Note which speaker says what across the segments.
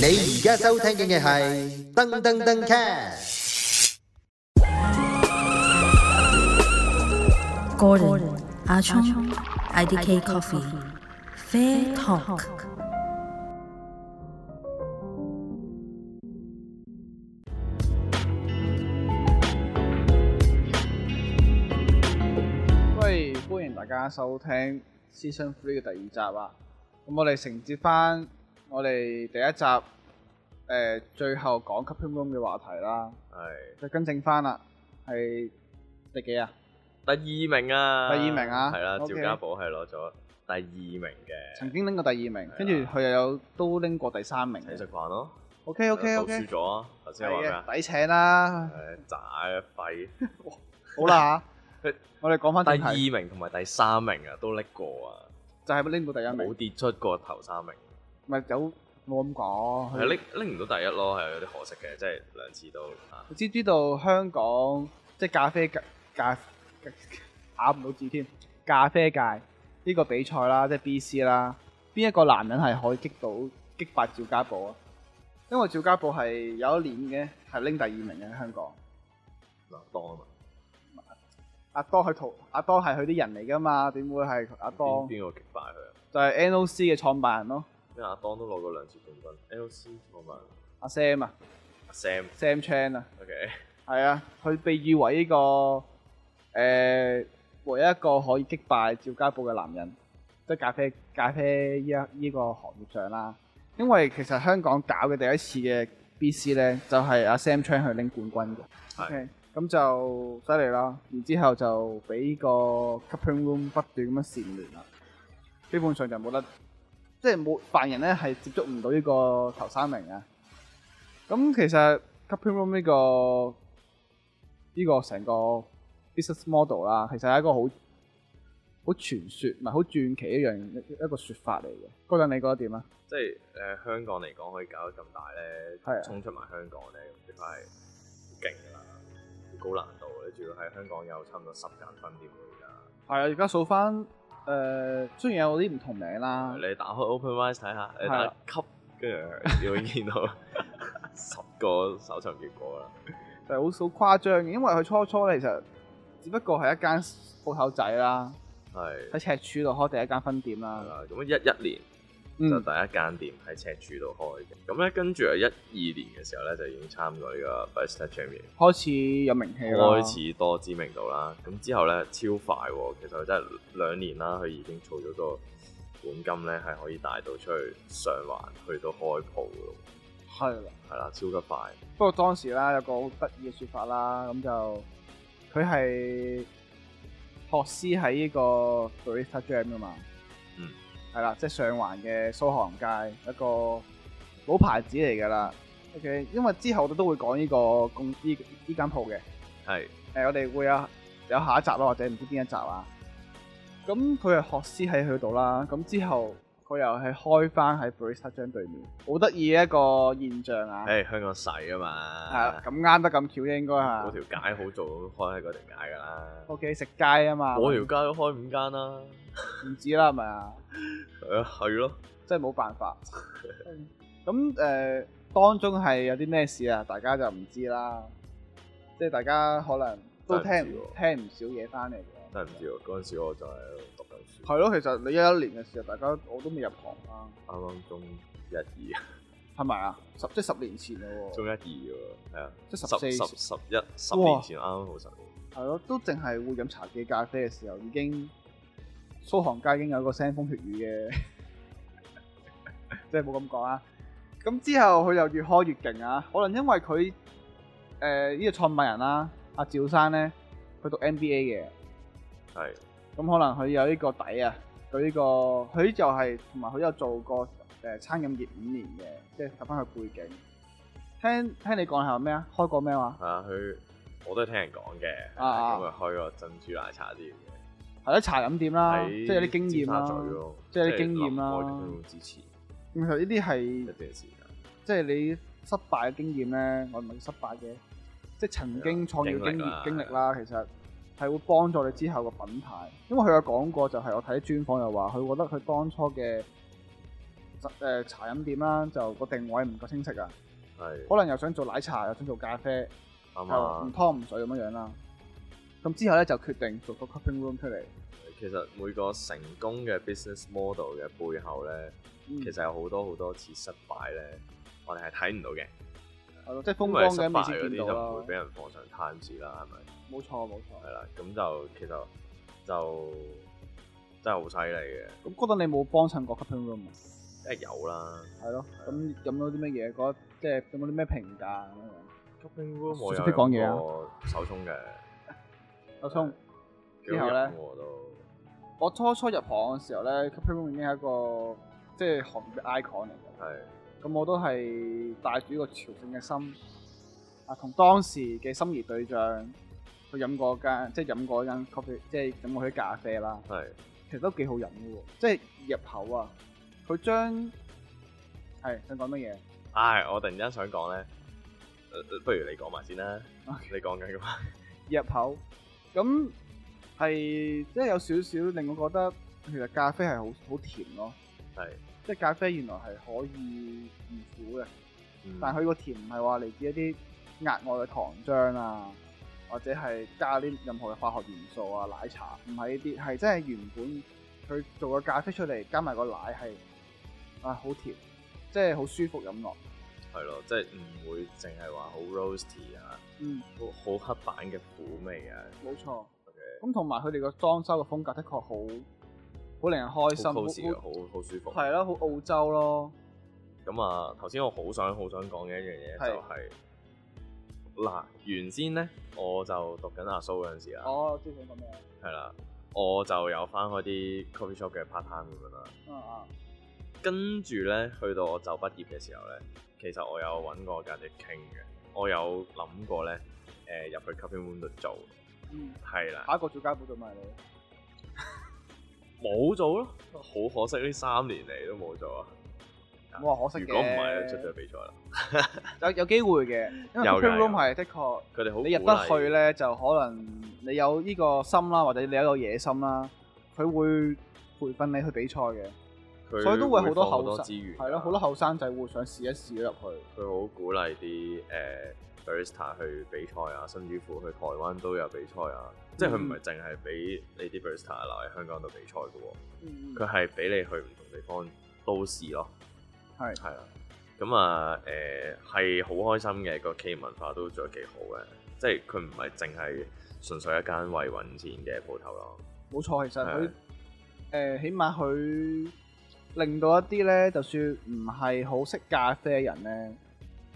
Speaker 1: 你而家收聽嘅係噔噔噔 cast。
Speaker 2: Gordon Ah 阿聰 IDK Coffee Fair Talk。
Speaker 3: 喂，歡迎大家收聽 Season Three 嘅第二集啊！咁我哋承接翻我哋第一集誒、呃最後講 c u p i n g room 嘅話題啦，
Speaker 4: 係
Speaker 3: 就更正翻啦，係第幾啊？
Speaker 4: 第二名啊，
Speaker 3: 第二名啊
Speaker 4: 係啦，
Speaker 3: OK
Speaker 4: 趙家寶係攞咗第二名嘅，
Speaker 3: 曾經拎過第二名，跟住
Speaker 4: 係啊
Speaker 3: 佢又有都拎過第三名
Speaker 4: 請食飯咯
Speaker 3: O K O K O
Speaker 4: 讀
Speaker 3: K，
Speaker 4: 書咗啊，頭先話咩啊？
Speaker 3: 抵請 啦，
Speaker 4: 誒，渣嘅廢，
Speaker 3: 好啦嚇
Speaker 4: 佢，
Speaker 3: 我哋講翻正
Speaker 4: 第
Speaker 3: 題，
Speaker 4: 二名同埋第三名啊，都拎過啊，
Speaker 3: 就係拎到第一
Speaker 4: 冇
Speaker 3: 名，
Speaker 4: 跌出過頭三名，
Speaker 3: 咪有冇咁講？
Speaker 4: 係拎拎唔到第一咯，係有啲可惜嘅，即係兩次都啊
Speaker 3: 你知唔知道香港即係咖啡界咖打唔到字添？咖啡界呢個比賽啦，即係 B.C. 啦，邊一個男人係可以擊到擊敗趙家寶啊？因為趙家寶係有一年嘅係拎第二名嘅喺香港，
Speaker 4: 麥當啊，
Speaker 3: 阿當係淘阿當係佢啲人嚟噶嘛，點會係阿當？
Speaker 4: 邊邊個擊敗佢啊？
Speaker 3: 就係 N.O.C 嘅創辦人咯，
Speaker 4: 因為阿當都攞過兩次冠軍，LC 同埋
Speaker 3: 阿 Sam 啊
Speaker 4: 阿 Sam。
Speaker 3: ，Sam Chan 啊，
Speaker 4: OK，
Speaker 3: 係啊，佢被譽為呢、個誒、呃唯一一個可以擊敗趙家寶嘅男人，即係咖啡咖啡依一依個行業上啦。因為其實香港搞嘅第一次嘅 B.C 咧，就係、阿 Sam Chan 去拎冠軍嘅。
Speaker 4: 係
Speaker 3: OK，咁就犀利啦。然之後就俾個 cupping room 不斷咁樣蟬聯啦，基本上就冇得，即係冇凡人咧係接觸唔到呢個頭三名嘅。咁其實 cupping room 呢、個呢、個成個 business model 啦，其實係一個好好傳說唔係好傳奇一樣一個説法嚟嘅。嗰陣你覺得點啊？
Speaker 4: 即係誒、呃香港嚟講可以搞得咁大咧
Speaker 3: 係啊，
Speaker 4: 衝出埋香港咧，咁絕對係好勁㗎啦，好高難度。你仲要喺香港有差唔多十間分店㗎而
Speaker 3: 係啊，而家數翻誒，雖然有啲唔同名啦，
Speaker 4: 家。你打開 OpenRice 睇下，你
Speaker 3: 係
Speaker 4: 打
Speaker 3: 啊
Speaker 4: 級，跟住你會見 到十個搜尋結果啦。
Speaker 3: 就好好誇張嘅，因為佢初初咧其實只不過係一間鋪頭仔啦，
Speaker 4: 係
Speaker 3: 喺赤柱度開第一間分店
Speaker 4: 係
Speaker 3: 啦。
Speaker 4: 啦，咁一啊一年
Speaker 3: 嗯
Speaker 4: 就，第一間店喺赤柱度開嘅。咁咧跟住係一二年嘅時候咧，就已經參過呢個 Barista Champion。
Speaker 3: 開始有名氣啦。
Speaker 4: 開始多知名度啦。咁之後咧超快喎，其實佢真係兩年啦，佢已經儲咗個本金咧，係可以帶到出去上環，去到開鋪咯，
Speaker 3: 係啦。
Speaker 4: 係啦，超級快。
Speaker 3: 不過當時啦，有個好得意嘅説法啦，咁就佢係學師喺呢個 Barista Jam 噶嘛，
Speaker 4: 嗯，
Speaker 3: 係啦，即係上環嘅蘇杭街一個老牌子嚟㗎啦。OK，因為之後我都會講呢個公呢呢間鋪嘅。
Speaker 4: 係
Speaker 3: 誒、我哋會有有下一集咯，或者唔知邊一集啊。咁佢係學師喺佢度啦，咁之後佢又係開翻喺 Barista 張對面，好得意嘅一個現象啊！係
Speaker 4: 誒香港細啊
Speaker 3: 啊
Speaker 4: 嘛，
Speaker 3: 咁啱得咁巧啫，應該
Speaker 4: 嗰
Speaker 3: 係。
Speaker 4: 條街好早開喺嗰條街㗎啦，
Speaker 3: O K，食街啊嘛，
Speaker 4: 我條街都開五間啦，
Speaker 3: 唔知啦，係咪啊？
Speaker 4: 係啊係咯，
Speaker 3: 真係冇辦法。咁誒、呃，當中係有啲咩事啊？大家就唔知啦。即係大家可能都聽
Speaker 4: 真係唔知
Speaker 3: 聽唔少嘢翻嚟嘅。
Speaker 4: 真係唔知喎。嗰陣時我就喺度讀緊書，
Speaker 3: 係咯，其實你一一年嘅時候，大家我都未入行啦。
Speaker 4: 啱啱中一二，
Speaker 3: 係咪啊？十即係十年前咯喎，
Speaker 4: 中一二喎，係啊，
Speaker 3: 即係
Speaker 4: 哦十
Speaker 3: 十
Speaker 4: 十
Speaker 3: 四
Speaker 4: 十一十
Speaker 3: 哇
Speaker 4: 年前啱啱好十年。
Speaker 3: 係咯，都淨係會飲茶記咖啡嘅時候，已經蘇杭街已經有個腥風血雨嘅， 即係冇咁講啊。咁之後佢又越開越勁啊，可能因為佢誒呢個創辦人啦、阿趙生咧，佢讀 MBA 嘅，
Speaker 4: 係
Speaker 3: 咁可能佢有呢個底啊，佢呢、個佢就係同埋佢有做過誒、呃餐飲業五年嘅，即係睇翻佢背景。聽聽你講係咩啊？開過咩話？
Speaker 4: 係啊，佢我都係聽人講嘅，
Speaker 3: 啊啊
Speaker 4: 咁啊開個珍珠奶茶店嘅，
Speaker 3: 係咯，茶飲店啦，
Speaker 4: 喺
Speaker 3: 啊即係有啲經驗啦
Speaker 4: 尖沙咀。咯，
Speaker 3: 即係有啲經驗啦
Speaker 4: 即係臨開 Cocoon 之前
Speaker 3: 其實呢啲
Speaker 4: 一
Speaker 3: 係
Speaker 4: 段時間，
Speaker 3: 即係你失敗嘅經驗咧，我唔係叫失敗嘅，即係曾經創業經
Speaker 4: 啊經歷
Speaker 3: 驗
Speaker 4: 啦
Speaker 3: 經歷啦。其實係會幫助你之後嘅品牌，因為佢有講過就係我睇專訪又話，佢覺得佢當初嘅誒呃茶飲店啦，就個定位唔夠清晰啊，
Speaker 4: 係
Speaker 3: 可能又想做奶茶，又想做咖啡，又
Speaker 4: 啱
Speaker 3: 唔
Speaker 4: 啊！
Speaker 3: 湯唔水咁樣樣啦。咁之後咧就決定做個 cupping room 出嚟。
Speaker 4: 其實每個成功嘅 business model 嘅背後咧，
Speaker 3: 嗯
Speaker 4: 其實有好多好多次失敗咧，我哋係睇唔到嘅，
Speaker 3: 係咯，即係風
Speaker 4: 因為
Speaker 3: 光
Speaker 4: 失
Speaker 3: 嘅
Speaker 4: 敗
Speaker 3: 未
Speaker 4: 嗰
Speaker 3: 先見到
Speaker 4: 啲就唔會俾
Speaker 3: 啦。
Speaker 4: 人放上攤子啦，係咪？
Speaker 3: 冇錯冇錯。
Speaker 4: 係啦，咁就其實就真係好犀利嘅，
Speaker 3: 咁嗰陣你冇幫襯過 cupping room 啊
Speaker 4: 梗係有啦。
Speaker 3: 係咯，咁飲到啲乜嘢？嗰即係有冇啲咩評價咁樣？
Speaker 4: Cupping room 我
Speaker 3: 識
Speaker 4: 有
Speaker 3: 唔識講嘢啊
Speaker 4: 飲過手沖嘅，
Speaker 3: 阿聰，
Speaker 4: 幾好飲我都
Speaker 3: 我初初入行嘅時候咧，cupping room 已經係一個即係行業嘅 icon 嚟嘅。
Speaker 4: 係
Speaker 3: 咁我都係帶住一個朝聖嘅心，啊，同當時嘅心儀對象去飲過間，即係飲過間 coffee，即係飲過佢啲咖啡啦。
Speaker 4: 係
Speaker 3: 其實都幾好飲嘅喎，即係入口啊，佢將係想講乜嘢？
Speaker 4: 唉，我突然之間想講咧，呃呃不如你講埋先啦。你講緊嘅話，
Speaker 3: 入口，咁係即係有少少令我覺得其實咖啡係好好甜咯，
Speaker 4: 係，
Speaker 3: 即係咖啡原來係可以唔苦嘅，
Speaker 4: 嗯
Speaker 3: 但係佢個甜唔係話嚟自一啲額外嘅糖漿啊，或者係加啲任何嘅化學元素啊、奶茶，唔係呢啲，係真係原本佢做個咖啡出嚟，加埋個奶係啊好甜，即係好舒服飲落，
Speaker 4: 係咯，即係唔會淨係話好 roasty 啊，
Speaker 3: 嗯，
Speaker 4: 好好黑板嘅苦味啊。
Speaker 3: 冇錯。
Speaker 4: OK，
Speaker 3: 咁同埋佢哋個裝修嘅風格的確好好令人開心，
Speaker 4: 好 cosy
Speaker 3: 好
Speaker 4: 啊，好好舒服。
Speaker 3: 係咯，好澳洲咯，
Speaker 4: 咁啊，頭先我好想好想講嘅一樣嘢
Speaker 3: 係
Speaker 4: 就係、嗱，原先咧我就讀緊阿蘇嗰陣時啦，
Speaker 3: 哦，知想講咩？
Speaker 4: 係啦、我就有翻開啲 coffee shop 嘅 part time 咁樣啦。
Speaker 3: 嗯啊，
Speaker 4: 跟住咧，去到我就畢業嘅時候咧，其實我有揾過間嘢傾嘅，我有諗過咧，誒、入去 coffee room 度做，
Speaker 3: 嗯，
Speaker 4: 係啦，
Speaker 3: 下一個最佳寶做咩你？
Speaker 4: 冇做咯，好可惜呢三年嚟都冇做啊。
Speaker 3: 冇話可惜
Speaker 4: 如
Speaker 3: 嘅，
Speaker 4: 果唔係，出咗去比賽
Speaker 3: 有
Speaker 4: 啦。
Speaker 3: 有機會嘅，因為
Speaker 4: 有
Speaker 3: c r e a
Speaker 4: 㗎
Speaker 3: m
Speaker 4: 有
Speaker 3: room 係的確，
Speaker 4: 佢哋好
Speaker 3: 你入得去咧就可能你有呢個心啦，或者你有一個野心啦，佢會培訓你去比賽嘅，
Speaker 4: 啊鼓勵，佢
Speaker 3: 所以都會好多
Speaker 4: 放好
Speaker 3: 後
Speaker 4: 多
Speaker 3: 生
Speaker 4: 資源，啊
Speaker 3: 係咯，好多後生仔會想試一試入去，
Speaker 4: 佢好鼓勵啲誒 barista 去比賽啊，甚至乎去台灣都有比賽啊。即係佢唔係淨係俾你啲 barista 留喺香港度比賽嘅
Speaker 3: 嗯
Speaker 4: 喎，佢係俾你去唔同地方都試咯。
Speaker 3: 係
Speaker 4: 係啦，咁啊誒係好開心嘅，個企業文化都做得幾好嘅，即係佢唔係淨係純粹一間為揾錢嘅鋪頭咯。
Speaker 3: 冇錯，其實佢
Speaker 4: 係
Speaker 3: 誒、起碼佢令到一啲咧，就算唔係好識咖啡嘅人咧，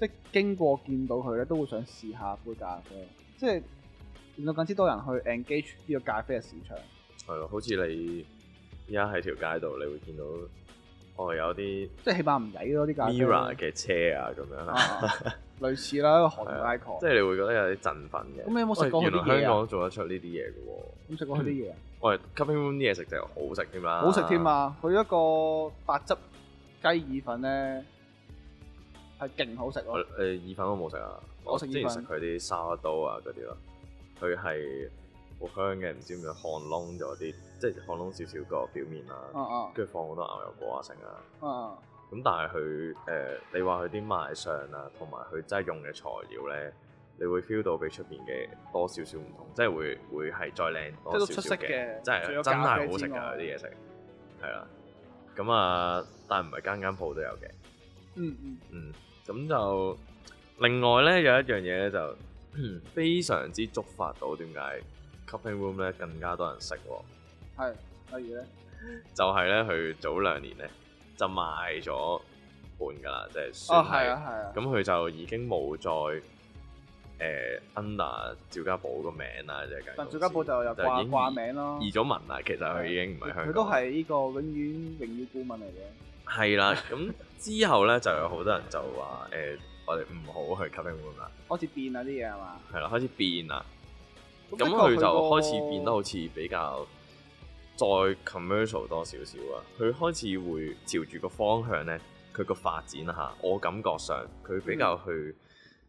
Speaker 3: 即係經過見到佢咧，都會想試下杯咖啡，即係令到更之多人去 engage 呢個咖啡嘅市場。
Speaker 4: 係咯，好似你依家喺條街度，你會見到哦有啲
Speaker 3: 即係起碼唔曳咯啲咖啡。
Speaker 4: Mira 嘅車啊咁樣
Speaker 3: 啊
Speaker 4: 啦，
Speaker 3: 啊類似啦，一個行
Speaker 4: 係啊
Speaker 3: 業 icon。
Speaker 4: 即係你會覺得有啲振奮嘅。
Speaker 3: 咁你有冇食過
Speaker 4: 喂
Speaker 3: 佢啲嘢啊
Speaker 4: 原來香港做得出呢啲嘢嘅喎。
Speaker 3: 咁食過佢啲嘢啊，
Speaker 4: 喂 c u p p i n g room 啲嘢食就好食添啦，
Speaker 3: 好食添！啊！佢一個白汁雞意粉咧，係勁好食
Speaker 4: 我
Speaker 3: 咯。
Speaker 4: 誒意粉我冇食啊，
Speaker 3: 我食
Speaker 4: 之
Speaker 3: 意
Speaker 4: 前
Speaker 3: 粉
Speaker 4: 食佢啲沙刀啊嗰啲咯，佢係好香嘅，唔知點解烘窿咗啲，即係烘窿少少個表面
Speaker 3: 啊
Speaker 4: 啦，
Speaker 3: 啊
Speaker 4: 跟住放好多牛油果啊成啊。
Speaker 3: 啊啊！
Speaker 4: 咁但係佢誒，你話佢啲賣相啊，同埋佢真係用嘅材料咧，你會 feel 到比出邊嘅多少少唔同，即係會會係再靚
Speaker 3: 即
Speaker 4: 多
Speaker 3: 係都
Speaker 4: 少
Speaker 3: 出
Speaker 4: 少
Speaker 3: 色
Speaker 4: 嘅
Speaker 3: 嘅，
Speaker 4: 真係
Speaker 3: 除咗
Speaker 4: 真係
Speaker 3: 咖啡
Speaker 4: 好食
Speaker 3: 之
Speaker 4: 㗎
Speaker 3: 外
Speaker 4: 佢啲嘢食，係啦。咁啊，但係唔係間間鋪都有嘅。
Speaker 3: 嗯嗯。
Speaker 4: 嗯，咁就另外咧有一樣嘢咧就 非常之觸發到點解 cupping room 咧更加多人食喎，
Speaker 3: 係，例如咧，
Speaker 4: 就係咧佢早兩年咧就賣咗半㗎啦，即係
Speaker 3: 哦
Speaker 4: 算
Speaker 3: 係
Speaker 4: 係
Speaker 3: 啊係啊，
Speaker 4: 咁佢就已經冇再誒、under 趙家寶個名啦，即係間
Speaker 3: 但
Speaker 4: 公司
Speaker 3: 最家寶就有
Speaker 4: 已
Speaker 3: 掛
Speaker 4: 經
Speaker 3: 掛名咯，
Speaker 4: 移咗民啦，其實佢已經唔係香港，
Speaker 3: 佢都係呢個永遠榮譽顧問嚟嘅，
Speaker 4: 係啦。咁之後咧就有好多人就話誒、我哋唔好去 cupping room 啦。
Speaker 3: 開始變啊啲嘢係嘛？
Speaker 4: 係啦，開始變啦。咁
Speaker 3: 的確
Speaker 4: 佢就
Speaker 3: 個
Speaker 4: 開始變得好似比較再 commercial 多少少啊。佢開始會朝住個方向咧，佢個發展嚇，我感覺上佢比
Speaker 3: 嗯
Speaker 4: 較去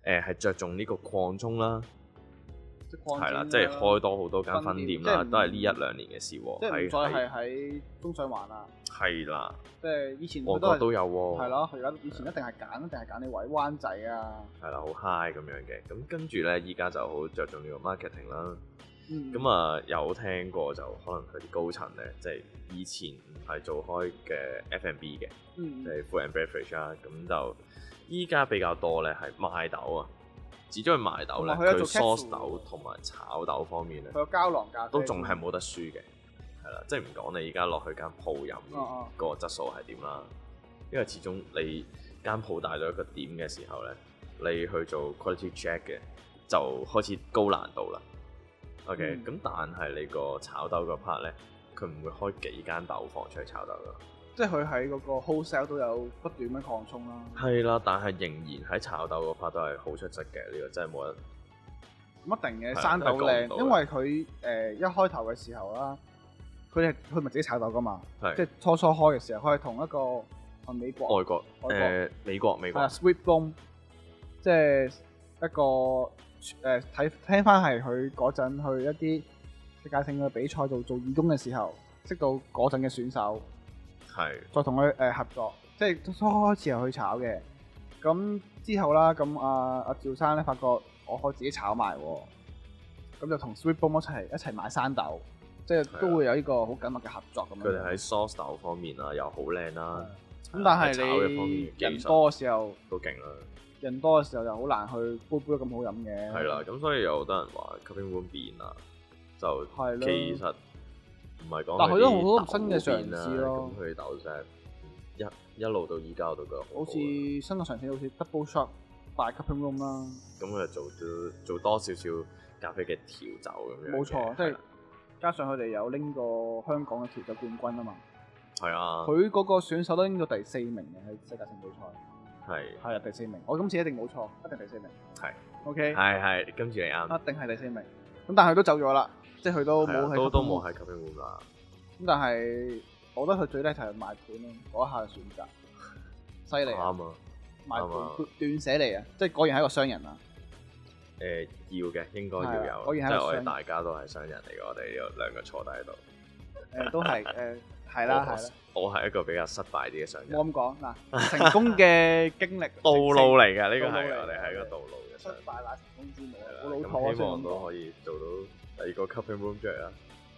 Speaker 4: 誒係着重呢個擴充啦，
Speaker 3: 即係擴展
Speaker 4: 係啦，即係開多好多間分
Speaker 3: 分
Speaker 4: 店
Speaker 3: 店
Speaker 4: 啦，
Speaker 3: 即係唔
Speaker 4: 都係呢一兩年嘅事
Speaker 3: 即係
Speaker 4: 喎。
Speaker 3: 唔
Speaker 4: 喺
Speaker 3: 再係
Speaker 4: 喺
Speaker 3: 喺中上環啦，
Speaker 4: 係啦，
Speaker 3: 即係以前
Speaker 4: 旺
Speaker 3: 好多
Speaker 4: 角
Speaker 3: 係
Speaker 4: 都有喎，
Speaker 3: 係，咯，而家以前一定係揀，一定係揀呢位灣仔啊，
Speaker 4: 係啦，好 high 咁樣嘅。咁跟住咧，依家就好着重呢個 marketing 啦。
Speaker 3: 嗯，
Speaker 4: 咁啊，有聽過就可能佢啲高層咧，即係以前唔係做開嘅 F&B 嘅，
Speaker 3: 嗯，嗯
Speaker 4: 即係 food and beverage 啦。咁就依家比較多咧係賣豆啊，始終係賣豆咧，
Speaker 3: 同埋佢有
Speaker 4: 佢
Speaker 3: 做啊
Speaker 4: source
Speaker 3: capsule
Speaker 4: 豆同埋炒豆方面咧
Speaker 3: 佢，有膠囊咖啡
Speaker 4: 都仲係冇得輸嘅，係啦，即係唔講你而家落去間鋪飲
Speaker 3: 哦
Speaker 4: 個質素係點啦，因為始終你間鋪大到一個點嘅時候咧，你去做 quality check 嘅就開始高難度啦。OK，
Speaker 3: 嗯
Speaker 4: 咁、但係你個炒豆個 part 咧，佢唔會開幾間豆房出去炒豆咯。
Speaker 3: 即係佢喺嗰個 wholesale 都有不斷咁樣擴充啦。
Speaker 4: 係啊啦，但係仍然喺炒豆個 part 都係好出色嘅，呢、個真係冇得。
Speaker 3: 咁一定
Speaker 4: 係
Speaker 3: 嘅，
Speaker 4: 啊
Speaker 3: 生豆靚，
Speaker 4: 都係講唔到嘅
Speaker 3: 因為佢誒、呃一開頭嘅時候啦，佢係佢咪自己炒豆噶嘛，
Speaker 4: 係
Speaker 3: 即係初初開嘅時候，佢係同一個係美國
Speaker 4: 外國誒、
Speaker 3: 外國
Speaker 4: 美國美
Speaker 3: 係
Speaker 4: 國
Speaker 3: 啊 Sweet Bloom，即係一個誒睇、聽翻係佢嗰陣去一啲世界性嘅比賽度做義工嘅時候，識到嗰陣嘅選手。
Speaker 4: 係
Speaker 3: 再同佢誒合作，即係初開始係去炒嘅。咁之後啦，咁啊阿阿趙生咧發覺我可以自己炒埋喎，咁就同 Sweet Boom 一齊一齊買生豆，即
Speaker 4: 係啊
Speaker 3: 係都會有呢個好緊密嘅合作咁樣。
Speaker 4: 佢哋喺 source 豆方面啊，又好靚啦。
Speaker 3: 咁，但
Speaker 4: 炒嘅方
Speaker 3: 係
Speaker 4: 面
Speaker 3: 你
Speaker 4: 嘅技
Speaker 3: 人
Speaker 4: 術
Speaker 3: 多嘅時候，
Speaker 4: 都勁啦，
Speaker 3: 人多嘅時候就好難去杯杯咁好飲嘅。
Speaker 4: 係啦，咁所以有好多人話 cupping room 變啦，就
Speaker 3: 係咯
Speaker 4: 其實唔係講
Speaker 3: 但佢
Speaker 4: 佢
Speaker 3: 都
Speaker 4: 啲
Speaker 3: 好多
Speaker 4: 豆
Speaker 3: 新嘅
Speaker 4: 變啦
Speaker 3: 嘗試咯
Speaker 4: 咁佢啲豆真係一一路到依家我都覺得好
Speaker 3: 好似
Speaker 4: 啊
Speaker 3: 新嘅上次好似 Double Shot 大 cupping room 啦，
Speaker 4: 啊咁佢就做咗做多少少咖啡嘅調酒咁樣嘅，
Speaker 3: 冇錯，即係
Speaker 4: 啦
Speaker 3: 加上佢哋有拎過香港嘅調酒冠軍啊嘛。
Speaker 4: 係啊，
Speaker 3: 佢嗰個選手都拎到第四名嘅喺世界性比賽，
Speaker 4: 係
Speaker 3: 係啊第四名。我今次一定冇錯，一定第四名。
Speaker 4: 係
Speaker 3: ，OK，
Speaker 4: 係係跟住你啱，
Speaker 3: 一定係第四名。咁但係佢都走咗啦，即係佢啊都
Speaker 4: 係
Speaker 3: 冇
Speaker 4: 啊
Speaker 3: 喺
Speaker 4: 都都
Speaker 3: 級別
Speaker 4: 冇。喺 cupping room 啦，
Speaker 3: 咁但係我覺得佢最叻就係賣盤咯，嗰一下嘅選擇犀利啊！
Speaker 4: 啱啊，
Speaker 3: 賣
Speaker 4: 啱啊
Speaker 3: 盤斷捨離啊，即係果然係一個商人啊！
Speaker 4: 誒要嘅應該
Speaker 3: 係啊
Speaker 4: 要有，
Speaker 3: 可以
Speaker 4: 即
Speaker 3: 喺度
Speaker 4: 係我哋
Speaker 3: 商
Speaker 4: 大家都係商人嚟嘅，我哋呢兩個坐低喺度。
Speaker 3: 誒都係誒係啦
Speaker 4: 我
Speaker 3: 係啦，
Speaker 4: 我係一個比較失敗啲嘅商人，
Speaker 3: 冇咁講 嗱，成功嘅經歷
Speaker 4: 道路嚟㗎，呢個
Speaker 3: 道路嚟
Speaker 4: 係
Speaker 3: 㗎
Speaker 4: 我哋係一個道路嘅
Speaker 3: 失
Speaker 4: 商人。
Speaker 3: 敗乃成功之母
Speaker 4: 係啦
Speaker 3: 啊，好老土啊！
Speaker 4: 咁希望
Speaker 3: 真係咁
Speaker 4: 都
Speaker 3: 講
Speaker 4: 可以做到第二個 cupping room 啊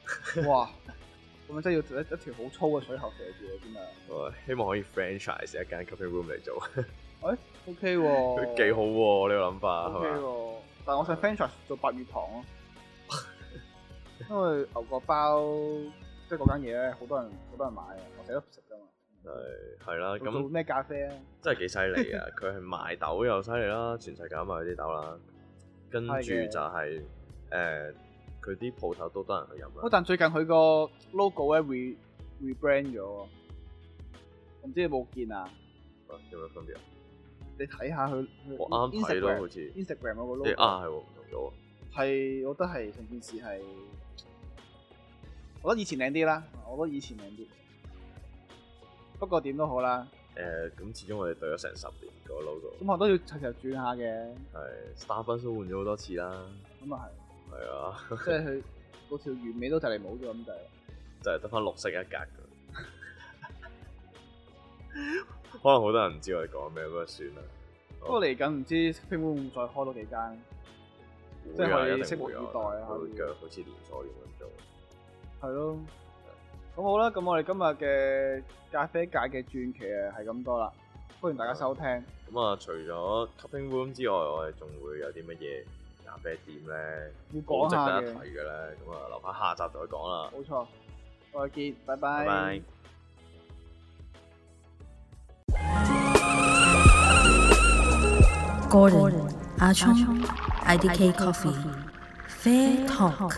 Speaker 4: 出嚟啦。
Speaker 3: 哇！咁真係要一一條好粗嘅水喉射住你先啊！
Speaker 4: 我希望可以 franchise 一間 cupping room 嚟做，
Speaker 3: 誒 OK 喎，
Speaker 4: 幾好喎呢個諗法
Speaker 3: 哦，OK
Speaker 4: 係嘛？
Speaker 3: 喎。但係我想 franchise 做白月堂 咯，因為牛角包即係嗰間嘢咧，好多人好多人買啊，我成日都食噶嘛。
Speaker 4: 係係啦，
Speaker 3: 做做
Speaker 4: 咁
Speaker 3: 咩咖啡啊？
Speaker 4: 真係幾犀利 啊！佢係賣豆又犀利啦，全世界都賣佢啲豆啦，跟住
Speaker 3: 係嘅
Speaker 4: 就係誒佢啲鋪頭都多人去飲啊
Speaker 3: 不過
Speaker 4: 啦，
Speaker 3: 但最近佢個 logo 咧 re rebrand 咗喎，唔知你有冇見啊？
Speaker 4: 啊有咩分別啊？
Speaker 3: 你睇下佢，佢
Speaker 4: 我啱睇到
Speaker 3: Instagram-
Speaker 4: 好似
Speaker 3: Instagram 嗰個
Speaker 4: 你
Speaker 3: logo
Speaker 4: 啊係喎唔同咗喎。
Speaker 3: 係，我覺得係成件事係，我覺得以前靚啲啦，我覺得以前靚啲。不過點都好啦，
Speaker 4: 誒咁始終我哋對咗成十年個 logo，
Speaker 3: 咁我都要齊齊轉下嘅，
Speaker 4: 係 Starbucks 都換咗好多次啦，
Speaker 3: 咁啊
Speaker 4: 係啊，
Speaker 3: 係，即係佢嗰條魚尾都就嚟冇咗咁滯。
Speaker 4: 就係得翻綠色一格㗎。 可能好多人唔知我哋講咩，不過算啦。
Speaker 3: 不過嚟緊唔知乒乓會唔會再開多幾間？即係可以
Speaker 4: 一定
Speaker 3: 拭目
Speaker 4: 會
Speaker 3: 以
Speaker 4: 有
Speaker 3: 待啊
Speaker 4: 會
Speaker 3: 可以
Speaker 4: 嘅好似連鎖咁樣做。
Speaker 3: 係咯。咁好啦，咁我哋今日嘅咖啡界嘅傳奇啊，係咁多啦。歡迎大家收聽。
Speaker 4: 咁啊，除咗 Cupping Room 之外，我哋仲會有啲乜嘢咖啡店咧？
Speaker 3: 要
Speaker 4: 好
Speaker 3: 講
Speaker 4: 值
Speaker 3: 下
Speaker 4: 得一
Speaker 3: 嘅
Speaker 4: 提，嘅咧，咁啊，留翻下集再講啦。
Speaker 3: 冇錯。再見，
Speaker 4: 拜拜。
Speaker 2: Gordon, Ah Achong, IDK Coffee, Fair Talk.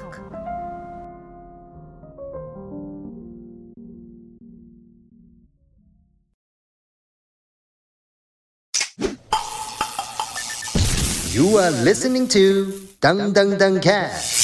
Speaker 1: You are listening to Dung Dung Dung Cat.